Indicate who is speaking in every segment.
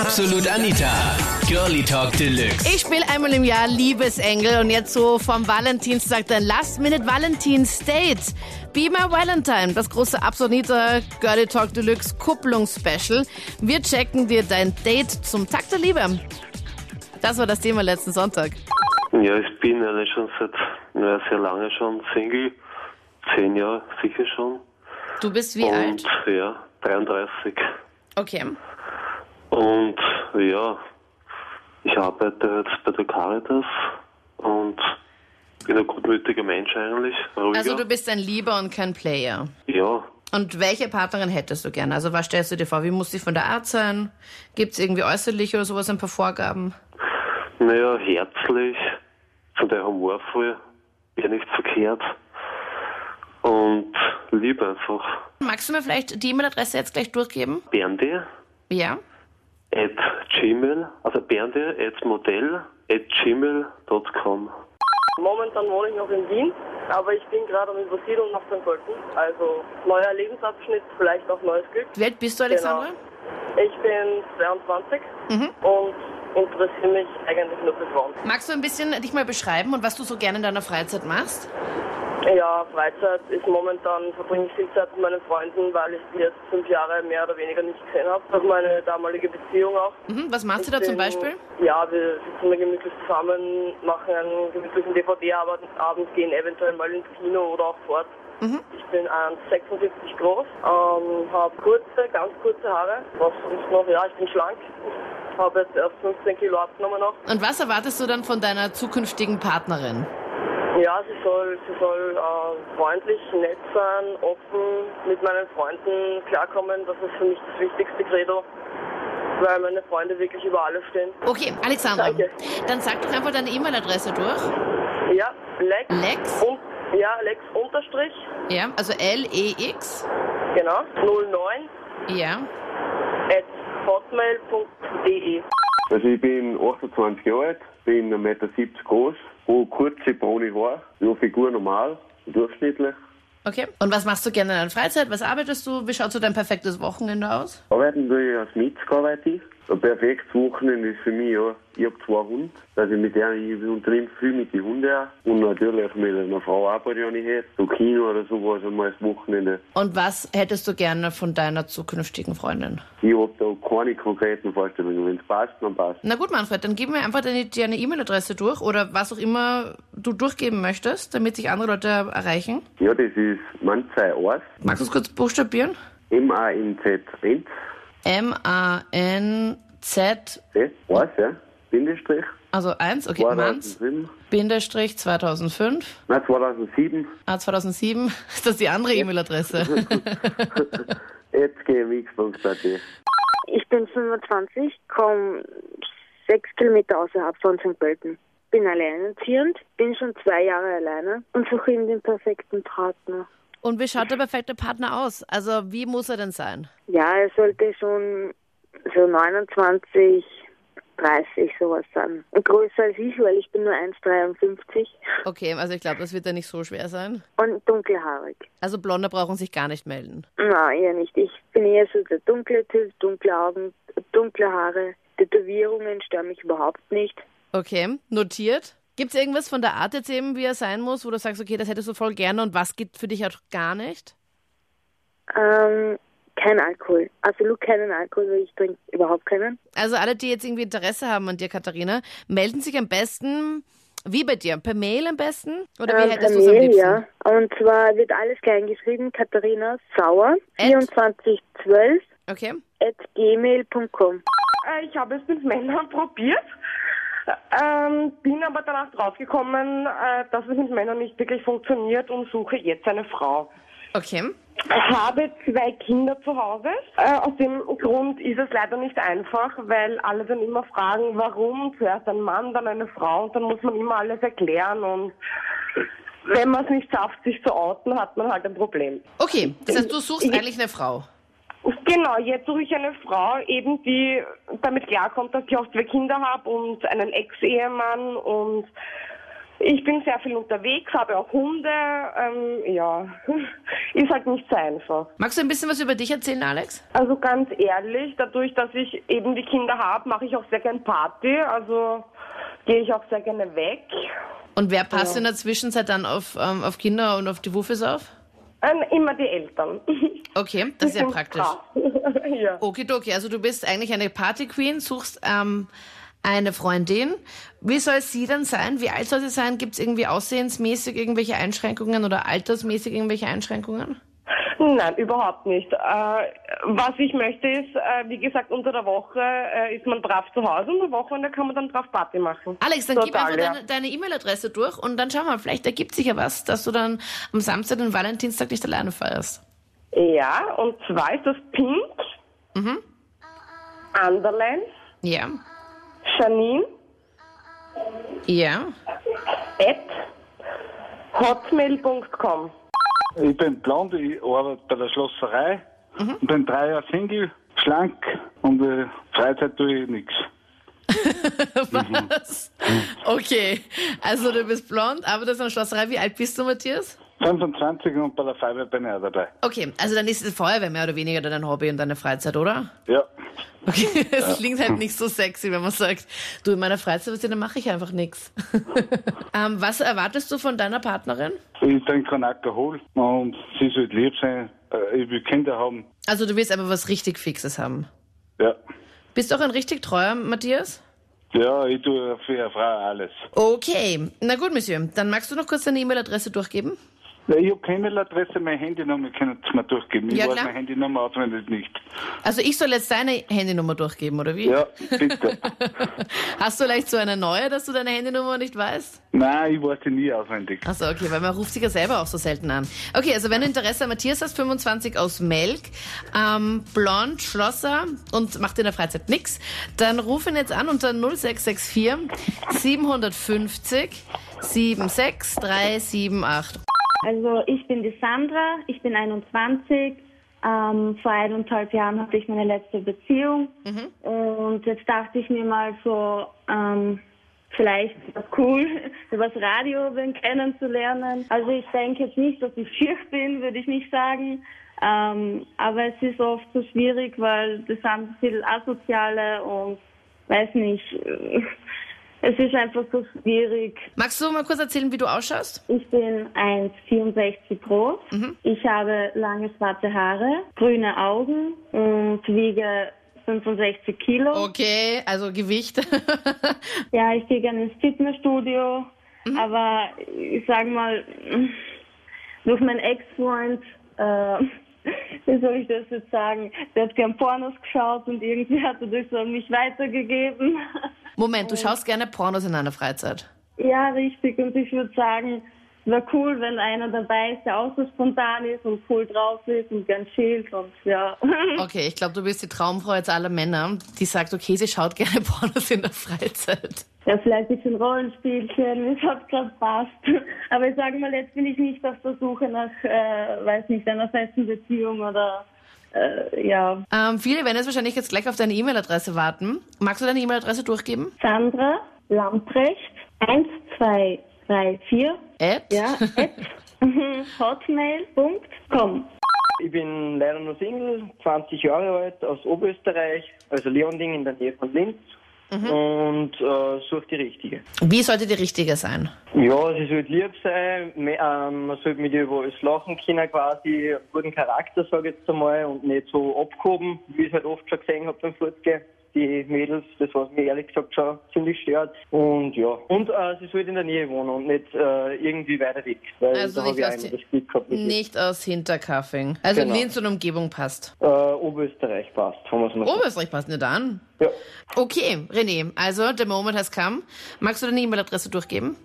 Speaker 1: Absolut Anita. Girlie Talk Deluxe.
Speaker 2: Ich spiele einmal im Jahr Liebesengel und jetzt so vom Valentinstag dann Last Minute Valentine's Date. Be My Valentine, das große Absonita Girlie Talk Deluxe Kupplungsspecial. Wir checken dir dein Date zum Tag der Liebe. Das war das Thema letzten Sonntag.
Speaker 3: Ja, ich bin eigentlich schon seit ja, sehr lange schon Single. Zehn Jahre sicher schon.
Speaker 2: Du bist wie
Speaker 3: Und
Speaker 2: alt?
Speaker 3: ja, 33.
Speaker 2: Oh. Okay.
Speaker 3: Und ja, ich arbeite jetzt bei der Caritas und bin ein gutmütiger Mensch eigentlich. Ruhiger.
Speaker 2: Also du bist ein Lieber und kein Player.
Speaker 3: ja,
Speaker 2: Und welche Partnerin hättest du gerne? Also was stellst du dir vor? Wie muss sie von der Art sein? Gibt es irgendwie äußerlich oder sowas ein paar Vorgaben?
Speaker 3: naja, herzlich, von der humorvoll, eher nicht verkehrt. Und lieb einfach.
Speaker 2: Magst du mir vielleicht die E-Mail-Adresse jetzt gleich durchgeben?
Speaker 3: Bernde
Speaker 2: Ja.
Speaker 3: at gmail, also Bernde at modell at gmail.com.
Speaker 4: Momentan wohne ich noch in Wien, aber ich bin gerade am Übersiedeln nach St. Pölten. Also neuer Lebensabschnitt, vielleicht auch neues Glück. Genau.
Speaker 2: Wie alt bist du, Alexandra?
Speaker 4: Ich bin 22 und interessiere mich eigentlich nur fürs Wohnen.
Speaker 2: Magst du ein bisschen dich mal beschreiben und was du so gerne in deiner Freizeit machst?
Speaker 4: Ja, Freizeit ist momentan, verbringe ich viel Zeit mit meinen Freunden, weil ich die jetzt fünf Jahre mehr oder weniger nicht gesehen habe. Durch meine damalige Beziehung auch.
Speaker 2: Mhm, was machst du da zum
Speaker 4: Denn,
Speaker 2: Beispiel?
Speaker 4: Ja, wir sitzen da gemütlich zusammen, machen einen gemütlichen DVD-Abend, gehen eventuell mal ins Kino oder auch fort.
Speaker 2: Mhm.
Speaker 4: Ich bin 1,76 groß, ähm, habe kurze, ganz kurze Haare. Was sonst noch? Ja, ich bin schlank. Habe jetzt erst 15 Kilo abgenommen noch.
Speaker 2: Und was erwartest du dann von deiner zukünftigen Partnerin?
Speaker 4: Ja, sie soll, sie soll äh, freundlich, nett sein, offen, mit meinen Freunden klarkommen. Das ist für mich das wichtigste Credo, weil meine Freunde wirklich über alles stehen.
Speaker 2: Okay, Alexandra,
Speaker 4: Danke.
Speaker 2: dann sag doch einfach deine E-Mail-Adresse durch.
Speaker 4: Ja, Lex.
Speaker 2: Lex?
Speaker 4: Und, ja, Lex Unterstrich,
Speaker 2: Ja, also L-E-X.
Speaker 4: genau, 09
Speaker 2: Ja.
Speaker 4: at hotmail.de.
Speaker 5: Also ich bin 28 Jahre alt, bin 1,70 Meter groß, habe kurze braune Haare, ja, Figur normal, durchschnittlich.
Speaker 2: Okay. Und was machst du gerne in deiner Freizeit? Was arbeitest du? Wie schaut so dein perfektes Wochenende aus?
Speaker 5: Arbeiten tue ich als Metzger, arbeite ich. Ein perfektes Wochenende ist für mich, ja, ich habe zwei Hunde, also mit denen ich unternehme viel mit den Hunden auch. Und natürlich mit einer Frau arbeite ich auch nicht jetzt, so Kino oder sowas einmal das Wochenende.
Speaker 2: Und was hättest du gerne von deiner zukünftigen Freundin?
Speaker 5: Ich habe da keine konkreten Vorstellungen, wenn es passt, dann passt.
Speaker 2: Na gut, Manfred, dann gib mir einfach deine deine E-Mail-Adresse durch oder was auch immer du durchgeben möchtest, damit sich andere Leute erreichen.
Speaker 5: Ja, das ist Manzai Ors,
Speaker 2: Magst du es kurz buchstabieren?
Speaker 5: M-A-N-Z-N,
Speaker 2: M-A-N-Z,
Speaker 5: das, Ors, ja, Bindestrich,
Speaker 2: also 1, okay, Mans,
Speaker 5: 2007.
Speaker 2: Bindestrich 2005,
Speaker 5: Nein, 2007,
Speaker 2: ah, 2007, ist das die andere E-Mail-Adresse?
Speaker 5: gmx.at.
Speaker 6: Ich bin 25, komme sechs Kilometer außerhalb von St. Pölten. Bin alleinerziehend, bin schon zwei Jahre alleine und suche ihm den perfekten Partner.
Speaker 2: Und wie schaut der perfekte Partner aus? Also, wie muss er denn sein?
Speaker 6: Ja, er sollte schon so 29, 30 sowas sein. Und größer als ich, weil ich bin nur 1,53
Speaker 2: Okay, also ich glaube, das wird ja nicht so schwer sein.
Speaker 6: und dunkelhaarig.
Speaker 2: Also, Blonde brauchen sich gar nicht melden.
Speaker 6: Na, eher nicht. Ich bin eher so der dunkle Typ, dunkle Augen, dunkle Haare. Tätowierungen stören mich überhaupt nicht.
Speaker 2: Okay, notiert. Gibt es irgendwas von der Art jetzt eben, wie er sein muss, wo du sagst, okay, das hättest du voll gerne und was geht für dich auch gar nicht?
Speaker 6: Ähm, kein Alkohol. Absolut keinen Alkohol, weil ich trinke überhaupt keinen.
Speaker 2: Also alle, die jetzt irgendwie Interesse haben an dir, Katharina, melden sich am besten, wie bei dir, per Mail am besten? Oder wie
Speaker 6: Ähm,
Speaker 2: hättest du es am
Speaker 6: Kamel,
Speaker 2: liebsten?
Speaker 6: ja. Und zwar wird alles klein geschrieben, Katharina Sauer,
Speaker 2: At?
Speaker 6: 2412
Speaker 2: Okay.
Speaker 6: at gmail.com.
Speaker 7: Äh, Ich habe es mit Männern probiert, ähm, bin aber danach draufgekommen, äh, dass es mit Männern nicht wirklich funktioniert und suche jetzt eine Frau.
Speaker 2: Okay.
Speaker 7: Habe zwei Kinder zu Hause. Äh, aus dem Grund ist es leider nicht einfach, weil alle dann immer fragen, warum zuerst ein Mann, dann eine Frau und dann muss man immer alles erklären und wenn man es nicht schafft, sich zu outen, hat man halt ein Problem.
Speaker 2: Okay, das heißt, du suchst eigentlich eine Frau.
Speaker 7: Genau, jetzt suche ich eine Frau, eben die damit klarkommt, dass ich auch zwei Kinder habe und einen Ex-Ehemann und Ich bin sehr viel unterwegs, habe auch Hunde. Ähm, ja, ist halt nicht so einfach.
Speaker 2: Magst du ein bisschen was über dich erzählen, Alex?
Speaker 7: Also ganz ehrlich, dadurch, dass ich eben die Kinder habe, mache ich auch sehr gerne Party. Also gehe ich auch sehr gerne weg.
Speaker 2: Und wer passt in der Zwischenzeit dann auf, ähm, auf Kinder und auf die Wufes auf?
Speaker 7: Ähm, immer die Eltern.
Speaker 2: Okay, das ist ja
Speaker 6: Mhm.
Speaker 7: Sind
Speaker 2: praktisch.
Speaker 7: brav. ja.
Speaker 2: Okidoki, also du bist eigentlich eine Party Queen, suchst ähm, eine Freundin. Wie soll sie dann sein? Wie alt soll sie sein? Gibt es irgendwie aussehensmäßig irgendwelche Einschränkungen oder altersmäßig irgendwelche Einschränkungen?
Speaker 7: Nein, überhaupt nicht. Äh, was ich möchte ist, äh, wie gesagt, unter der Woche äh, ist man brav zu Hause und am Wochenende kann man dann brav Party machen.
Speaker 2: Alex, dann gib
Speaker 7: Total,
Speaker 2: einfach
Speaker 7: ja.
Speaker 2: deine, deine E-Mail-Adresse durch und dann schauen wir mal, vielleicht ergibt sich ja was, dass du dann am Samstag den Valentinstag nicht alleine feierst.
Speaker 7: Ja, und zwar ist das Pink,
Speaker 2: Mhm.
Speaker 7: Underline,
Speaker 2: Ja,
Speaker 7: Janine,
Speaker 2: ja.
Speaker 7: at hotmail.com.
Speaker 8: Ich bin blond, ich arbeite bei der Schlosserei
Speaker 2: Mhm.
Speaker 8: und bin drei Jahre Single, schlank und äh, Freizeit tue ich nichts.
Speaker 7: Mhm.
Speaker 2: Was? Okay, also du bist blond, aber das ist eine Schlosserei. Wie alt bist du, Matthias?
Speaker 8: 25 und bei der Feuerwehr bin ich auch dabei.
Speaker 2: Okay, also dann ist es Feuerwehr mehr oder weniger dein Hobby und deine Freizeit, oder?
Speaker 8: Ja.
Speaker 2: Okay, es klingt halt nicht so sexy, wenn man sagt, du in meiner Freizeit, was ich, dann mache ich einfach nichts. ähm, was erwartest du von deiner Partnerin?
Speaker 8: Ich trinke keinen Alkohol und sie soll lieb sein. Äh, Ich will Kinder haben.
Speaker 2: Also du willst einfach was richtig Fixes haben.
Speaker 8: Ja.
Speaker 2: Bist du auch ein richtig treuer, Matthias?
Speaker 8: Ja, ich tue für eine Frau alles.
Speaker 2: Okay, na gut, Monsieur, dann magst du noch kurz deine E-Mail-Adresse durchgeben?
Speaker 8: Ja, Ich habe keine Adresse, meine Handynummer können Sie mir durchgeben. Ich
Speaker 2: Ja,
Speaker 8: weiß
Speaker 2: klar.
Speaker 8: meine Handynummer auswendig nicht.
Speaker 2: Also ich soll jetzt deine Handynummer durchgeben, oder wie?
Speaker 8: Ja, bitte.
Speaker 2: Hast du vielleicht so eine neue, dass du deine Handynummer nicht weißt?
Speaker 8: Nein, ich weiß sie nie auswendig.
Speaker 2: Achso, okay, weil man ruft sich ja selber auch so selten an. Okay, also wenn du Interesse an Matthias hast, 25 aus Melk, ähm, blond, Schlosser und macht in der Freizeit nix, dann ruf ihn jetzt an unter 0664 750 76378.
Speaker 9: Also ich bin die Sandra, ich bin 21. Ähm, vor eineinhalb Jahren hatte ich meine letzte Beziehung und jetzt dachte ich mir mal so, ähm, vielleicht ist das cool, übers Radio wen kennenzulernen. Also ich denke jetzt nicht, dass ich schier bin, würde ich nicht sagen. Ähm, aber es ist oft so schwierig, weil das haben viel Asoziale und weiß nicht, äh, es ist einfach so schwierig,
Speaker 2: Magst du mal kurz erzählen, wie du ausschaust?
Speaker 9: ich bin 1,64 groß. Ich habe lange schwarze Haare, grüne Augen und wiege 65 Kilo.
Speaker 2: Okay, also Gewicht.
Speaker 9: Ja, ich gehe gerne ins Fitnessstudio, aber ich sag mal, durch meinen Ex-Freund, äh, wie soll ich das jetzt sagen, der hat gern Pornos geschaut und irgendwie hat er das an mich weitergegeben.
Speaker 2: Moment, du schaust gerne Pornos in deiner Freizeit.
Speaker 9: Ja, richtig. Und ich würde sagen, es wäre cool, wenn einer dabei ist, der auch so spontan ist und cool drauf ist und gern chillt und ja.
Speaker 2: Okay, ich glaube, du bist die Traumfrau jetzt aller Männer, die sagt, okay, sie schaut gerne Pornos in der Freizeit.
Speaker 9: Ja, vielleicht ein bisschen Rollenspielchen, es hat gerade passt. Aber ich sage mal, jetzt bin ich nicht auf der Suche nach, äh, weiß nicht, einer festen Beziehung oder, äh, ja.
Speaker 2: Ähm, viele werden jetzt wahrscheinlich jetzt gleich auf deine E-Mail-Adresse warten. Magst du deine E-Mail-Adresse durchgeben?
Speaker 9: Sandra Lamprecht, 1, 2, 3, 4,
Speaker 2: At?
Speaker 9: ja, at hotmail.com.
Speaker 10: Ich bin leider nur Single, 20 Jahre alt, aus Oberösterreich, also Leonding in der Nähe von Linz
Speaker 2: Mhm.
Speaker 10: und äh, suche die richtige.
Speaker 2: Wie sollte die richtige sein?
Speaker 10: Ja, sie sollte lieb sein, me- ähm, man sollte mit ihr über alles lachen können quasi, einen guten Charakter, sage ich jetzt einmal, und nicht so abgehoben, wie ich es halt oft schon gesehen habe beim Fortgehen. Die Mädels, das was mir ehrlich gesagt schon ziemlich stört. Und ja, und äh, sie sollte in der Nähe wohnen und nicht äh, irgendwie weiter weg, weil
Speaker 2: Also
Speaker 10: Äh, da habe
Speaker 2: nicht
Speaker 10: ich auch
Speaker 2: aus
Speaker 10: immer
Speaker 2: die-
Speaker 10: das Glück gehabt. mit ihr.
Speaker 2: Nicht aus Hinterkaffing. Also
Speaker 10: Genau.
Speaker 2: in Linz und Umgebung passt.
Speaker 10: Äh, Oberösterreich passt, haben wir es mal so.
Speaker 2: Oberösterreich passt nicht an.
Speaker 10: Ja.
Speaker 2: Okay, René, also the moment has come. Magst du deine E-Mail-Adresse durchgeben?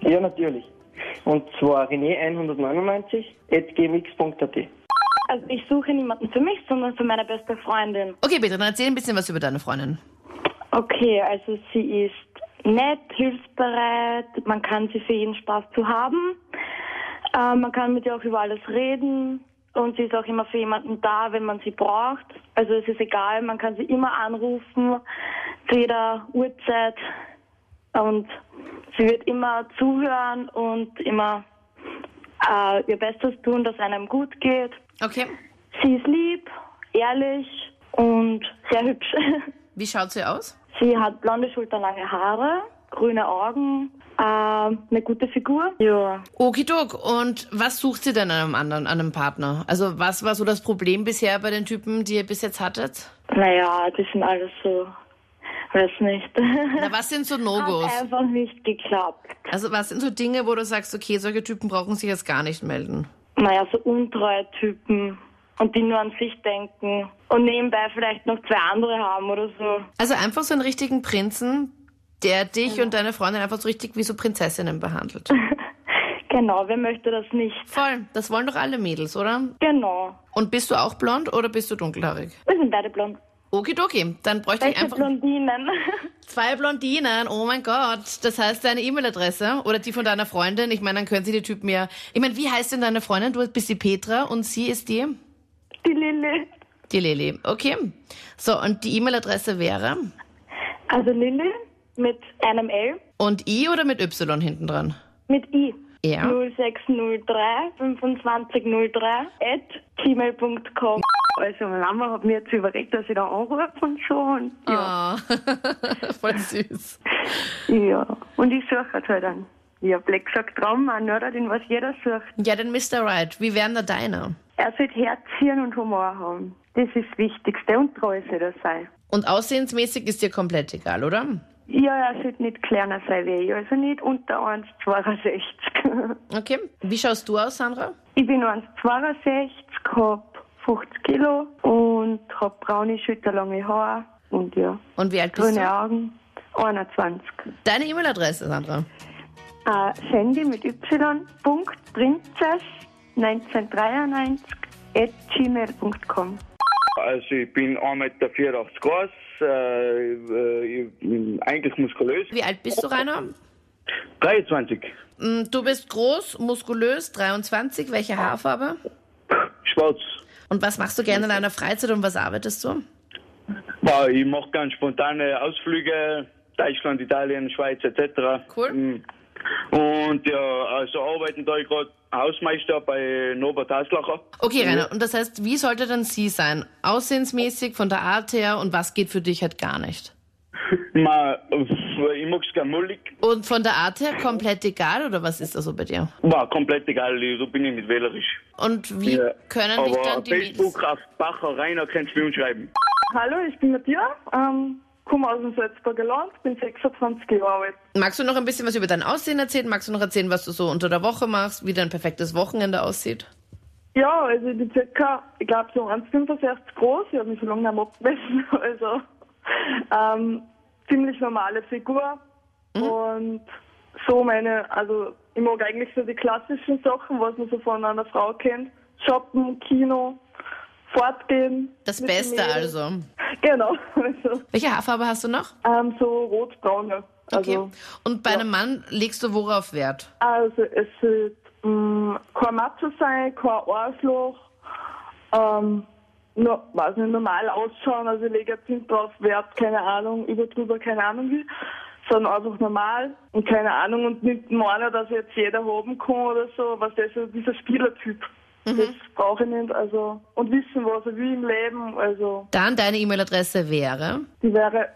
Speaker 10: Ja, natürlich. Und zwar René199 at gmx.at.
Speaker 9: Also ich suche niemanden für mich, sondern für meine beste Freundin.
Speaker 2: Okay, bitte, dann erzähl ein bisschen was über deine Freundin.
Speaker 9: Okay, also sie ist nett, hilfsbereit, man kann sie für jeden Spaß zu haben. Äh, man kann mit ihr auch über alles reden und sie ist auch immer für jemanden da, wenn man sie braucht. Also es ist egal, man kann sie immer anrufen, zu jeder Uhrzeit und
Speaker 11: sie wird immer zuhören und immer äh, ihr Bestes tun, dass einem gut geht.
Speaker 2: Okay.
Speaker 11: Sie ist lieb, ehrlich und sehr hübsch.
Speaker 2: Wie schaut sie aus?
Speaker 11: Sie hat blonde Schultern, lange Haare, grüne Augen, äh, eine gute Figur. Ja.
Speaker 2: Okidok, und was sucht sie denn an einem anderen, an einem Partner? Also was war so das Problem bisher bei den Typen, die ihr bis jetzt hattet?
Speaker 11: Naja, die sind alles so, weiß nicht.
Speaker 2: Na, was sind so No-Gos?
Speaker 11: Hat einfach nicht geklappt.
Speaker 2: Also was sind so Dinge, wo du sagst, okay, solche Typen brauchen sich jetzt gar nicht melden?
Speaker 11: Naja, so untreue Typen und die nur an sich denken und nebenbei vielleicht noch zwei andere haben oder so.
Speaker 2: Also einfach so einen richtigen Prinzen, der dich und deine Freundin einfach so richtig wie so Prinzessinnen behandelt.
Speaker 11: Genau, wer möchte das nicht?
Speaker 2: Voll, das wollen doch alle Mädels, oder?
Speaker 11: Genau.
Speaker 2: Und bist du auch blond oder bist du dunkelhaarig?
Speaker 11: Wir sind beide blond.
Speaker 2: Okidoki, dann bräuchte ich
Speaker 11: Welche
Speaker 2: einfach
Speaker 11: Blondinen?
Speaker 2: zwei Blondinen. Oh mein Gott, das heißt deine E-Mail-Adresse oder die von deiner Freundin. Ich meine, dann können sie die Typen ja. Ich meine, wie heißt denn deine Freundin? Du bist die Petra und sie ist die?
Speaker 11: Die Lilly.
Speaker 2: Die Lili. Okay. So, und die E-Mail-Adresse wäre?
Speaker 11: Also Lilly mit einem L,
Speaker 2: Und I oder mit Y hinten dran?
Speaker 11: mit I.
Speaker 2: Ja.
Speaker 11: 0603 2503 at gmail.com.
Speaker 12: Also meine Mama hat mir jetzt überlegt, dass ich da anrufe und so. Und,
Speaker 11: Ah.
Speaker 2: ja. Ah, Voll süß.
Speaker 12: ja. und ich suche jetzt halt einen. Ja, Black sagt Traummann, oder? Den was jeder sucht.
Speaker 2: Ja, den Mr. Right. Wie wären da deine?
Speaker 12: Er soll Herz, Hirn und Humor haben. Das ist das Wichtigste. Und treu soll er sein.
Speaker 2: Und aussehensmäßig ist dir komplett egal, oder?
Speaker 12: Ja, er sollte nicht kleiner sein wie ich. Also nicht unter 1,62.
Speaker 2: Okay. Wie schaust du aus, Sandra?
Speaker 12: ich bin 1,62, hab 50 Kilo und hab braune, schütterlange Haare. Und ja.
Speaker 2: Und wie alt bist
Speaker 12: Grüne
Speaker 2: du?
Speaker 12: Augen, 21.
Speaker 2: Deine E-Mail-Adresse, Sandra.
Speaker 12: Äh, Sandy mit Y. Punkt Prinzess 1993 at gmail.com.
Speaker 13: Also ich bin 1,84 Meter groß, äh, äh, ich- eigentlich muskulös.
Speaker 2: Wie alt bist du, Rainer?
Speaker 13: 23,
Speaker 2: Mm, Du bist groß, muskulös, 23. Welche Haarfarbe?
Speaker 13: schwarz.
Speaker 2: Und was machst du gerne in deiner Freizeit und was arbeitest du?
Speaker 13: Wow, ich mache ganz spontane Ausflüge, Deutschland, Italien, Schweiz etc.
Speaker 2: Cool.
Speaker 13: Und ja, also arbeiten da ich gerade Hausmeister bei Norbert Haslacher.
Speaker 2: Okay,
Speaker 13: Mm.
Speaker 2: Rainer, und das heißt, wie sollte denn sie sein? Aussehensmäßig, von der Art her und was geht für dich halt gar nicht?
Speaker 13: Ma, pf, ich mag's gern mullig.
Speaker 2: Und von der Art her komplett egal oder was ist da so bei dir?
Speaker 13: Wow, komplett egal, ich- da bin ich nicht wählerisch.
Speaker 2: Und wie
Speaker 13: Ja.
Speaker 2: können
Speaker 13: Aber
Speaker 2: dich dann die
Speaker 13: auf
Speaker 2: Mädels...
Speaker 13: Facebook auf Bacher Rainer kannst du mir schreiben.
Speaker 14: Hallo, ich bin Matthias, ähm, komme aus dem Salzburger Land, bin 26 Jahre alt.
Speaker 2: Magst du noch ein bisschen was über dein Aussehen erzählen? Magst du noch erzählen, was du so unter der Woche machst, wie dein perfektes Wochenende aussieht?
Speaker 14: Ja, also ich bin circa, ich glaube so 1,65 groß, ich habe mich so lange nicht mehr abgemessen, also ähm, ziemlich normale Figur
Speaker 2: Mhm.
Speaker 14: und so meine, also ich mag eigentlich so die klassischen Sachen, was man so von einer Frau kennt, shoppen, Kino, fortgehen.
Speaker 2: Das
Speaker 14: mit den
Speaker 2: Beste
Speaker 14: Mädels.
Speaker 2: also.
Speaker 14: Genau. Also,
Speaker 2: Welche Haarfarbe hast du noch?
Speaker 14: ähm, so rotbraune. Also,
Speaker 2: Okay. Und bei einem Mann legst du worauf Wert?
Speaker 14: Also es wird mh, kein Matze sein, kein Arschloch, ähm, nur, weiß nicht, normal ausschauen, also ich lege jetzt nicht drauf Wert, keine Ahnung, über drüber, keine Ahnung wie, sondern einfach normal und keine Ahnung und nicht meinen, dass jetzt jeder oben kann oder so, was der so dieser Spielertyp. Das brauche ich nicht, also, und wissen, was er will im Leben, also,
Speaker 2: Dann deine E-Mail-Adresse wäre...
Speaker 14: die wäre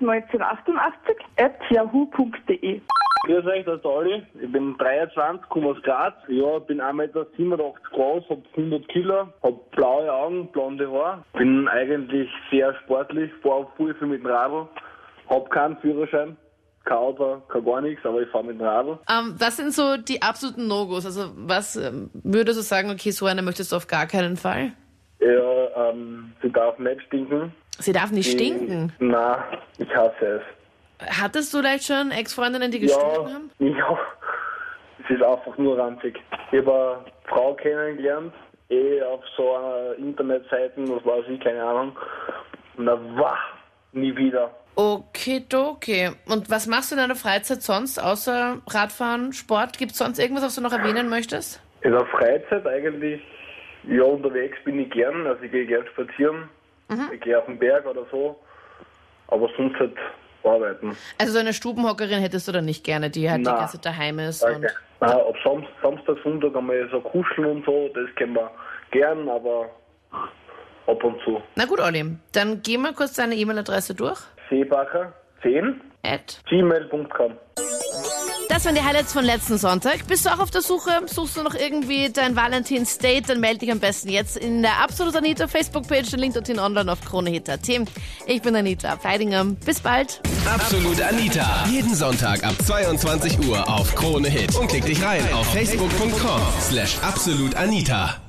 Speaker 14: Martina111988 at yahoo.de.
Speaker 15: Grüß euch, das ist der Olli. Ich bin 23, komme aus Graz. Ja, bin 1,87 Meter groß, hab 100 Kilo, hab blaue Augen, blonde Haare. Bin eigentlich sehr sportlich, fahre viel, viel mit dem Radl. Hab keinen Führerschein, kein Auto, kein gar nichts, aber ich fahre mit dem Radl.
Speaker 2: Ähm, das sind so die absoluten No-Gos. Also was ähm, würdest du sagen, okay, so eine möchtest du auf gar keinen Fall?
Speaker 15: Ja, ähm, sie darf nicht stinken.
Speaker 2: Sie darf nicht stinken.
Speaker 15: Nein, ich hasse es.
Speaker 2: Hattest du vielleicht schon Ex-Freundinnen, die gestunken haben?
Speaker 15: Ja, es ist einfach nur ranzig. Ich habe eine Frau kennengelernt, eh auf so einer Internetseite, was weiß ich, keine Ahnung. Na wah, nie wieder.
Speaker 2: Okay, okay. Und was machst du in deiner Freizeit sonst, außer Radfahren, Sport? Gibt es sonst irgendwas, was du noch erwähnen möchtest?
Speaker 15: In der Freizeit eigentlich, ja, unterwegs bin ich gern, also ich gehe gern spazieren, ich gehe auf den Berg oder so, aber sonst halt arbeiten.
Speaker 2: Also so eine Stubenhockerin hättest du dann nicht gerne, die halt die
Speaker 15: Na.
Speaker 2: ganze Zeit daheim ist. Und
Speaker 15: Danke. Nein, ab Sam Samstag, Sonntag einmal so kuscheln und so, das können wir gern, aber ab und zu.
Speaker 2: Na gut, Olli, dann geh mal kurz deine E-Mail-Adresse durch.
Speaker 15: Seebacher 10
Speaker 2: at
Speaker 15: gmail.com.
Speaker 2: Das waren die Highlights von letzten Sonntag. Bist du auch auf der Suche? Suchst du noch irgendwie dein Valentine's Date? Dann melde dich am besten jetzt in der Absolut Anita Facebook-Page, den Link dorthin online auf kronehit.at. Ich bin Anita Feidinger. Bis bald.
Speaker 1: Absolut Anita. Jeden Sonntag ab 22 Uhr auf Krone Hit. Und klick dich rein auf facebook.com slash absolutanita.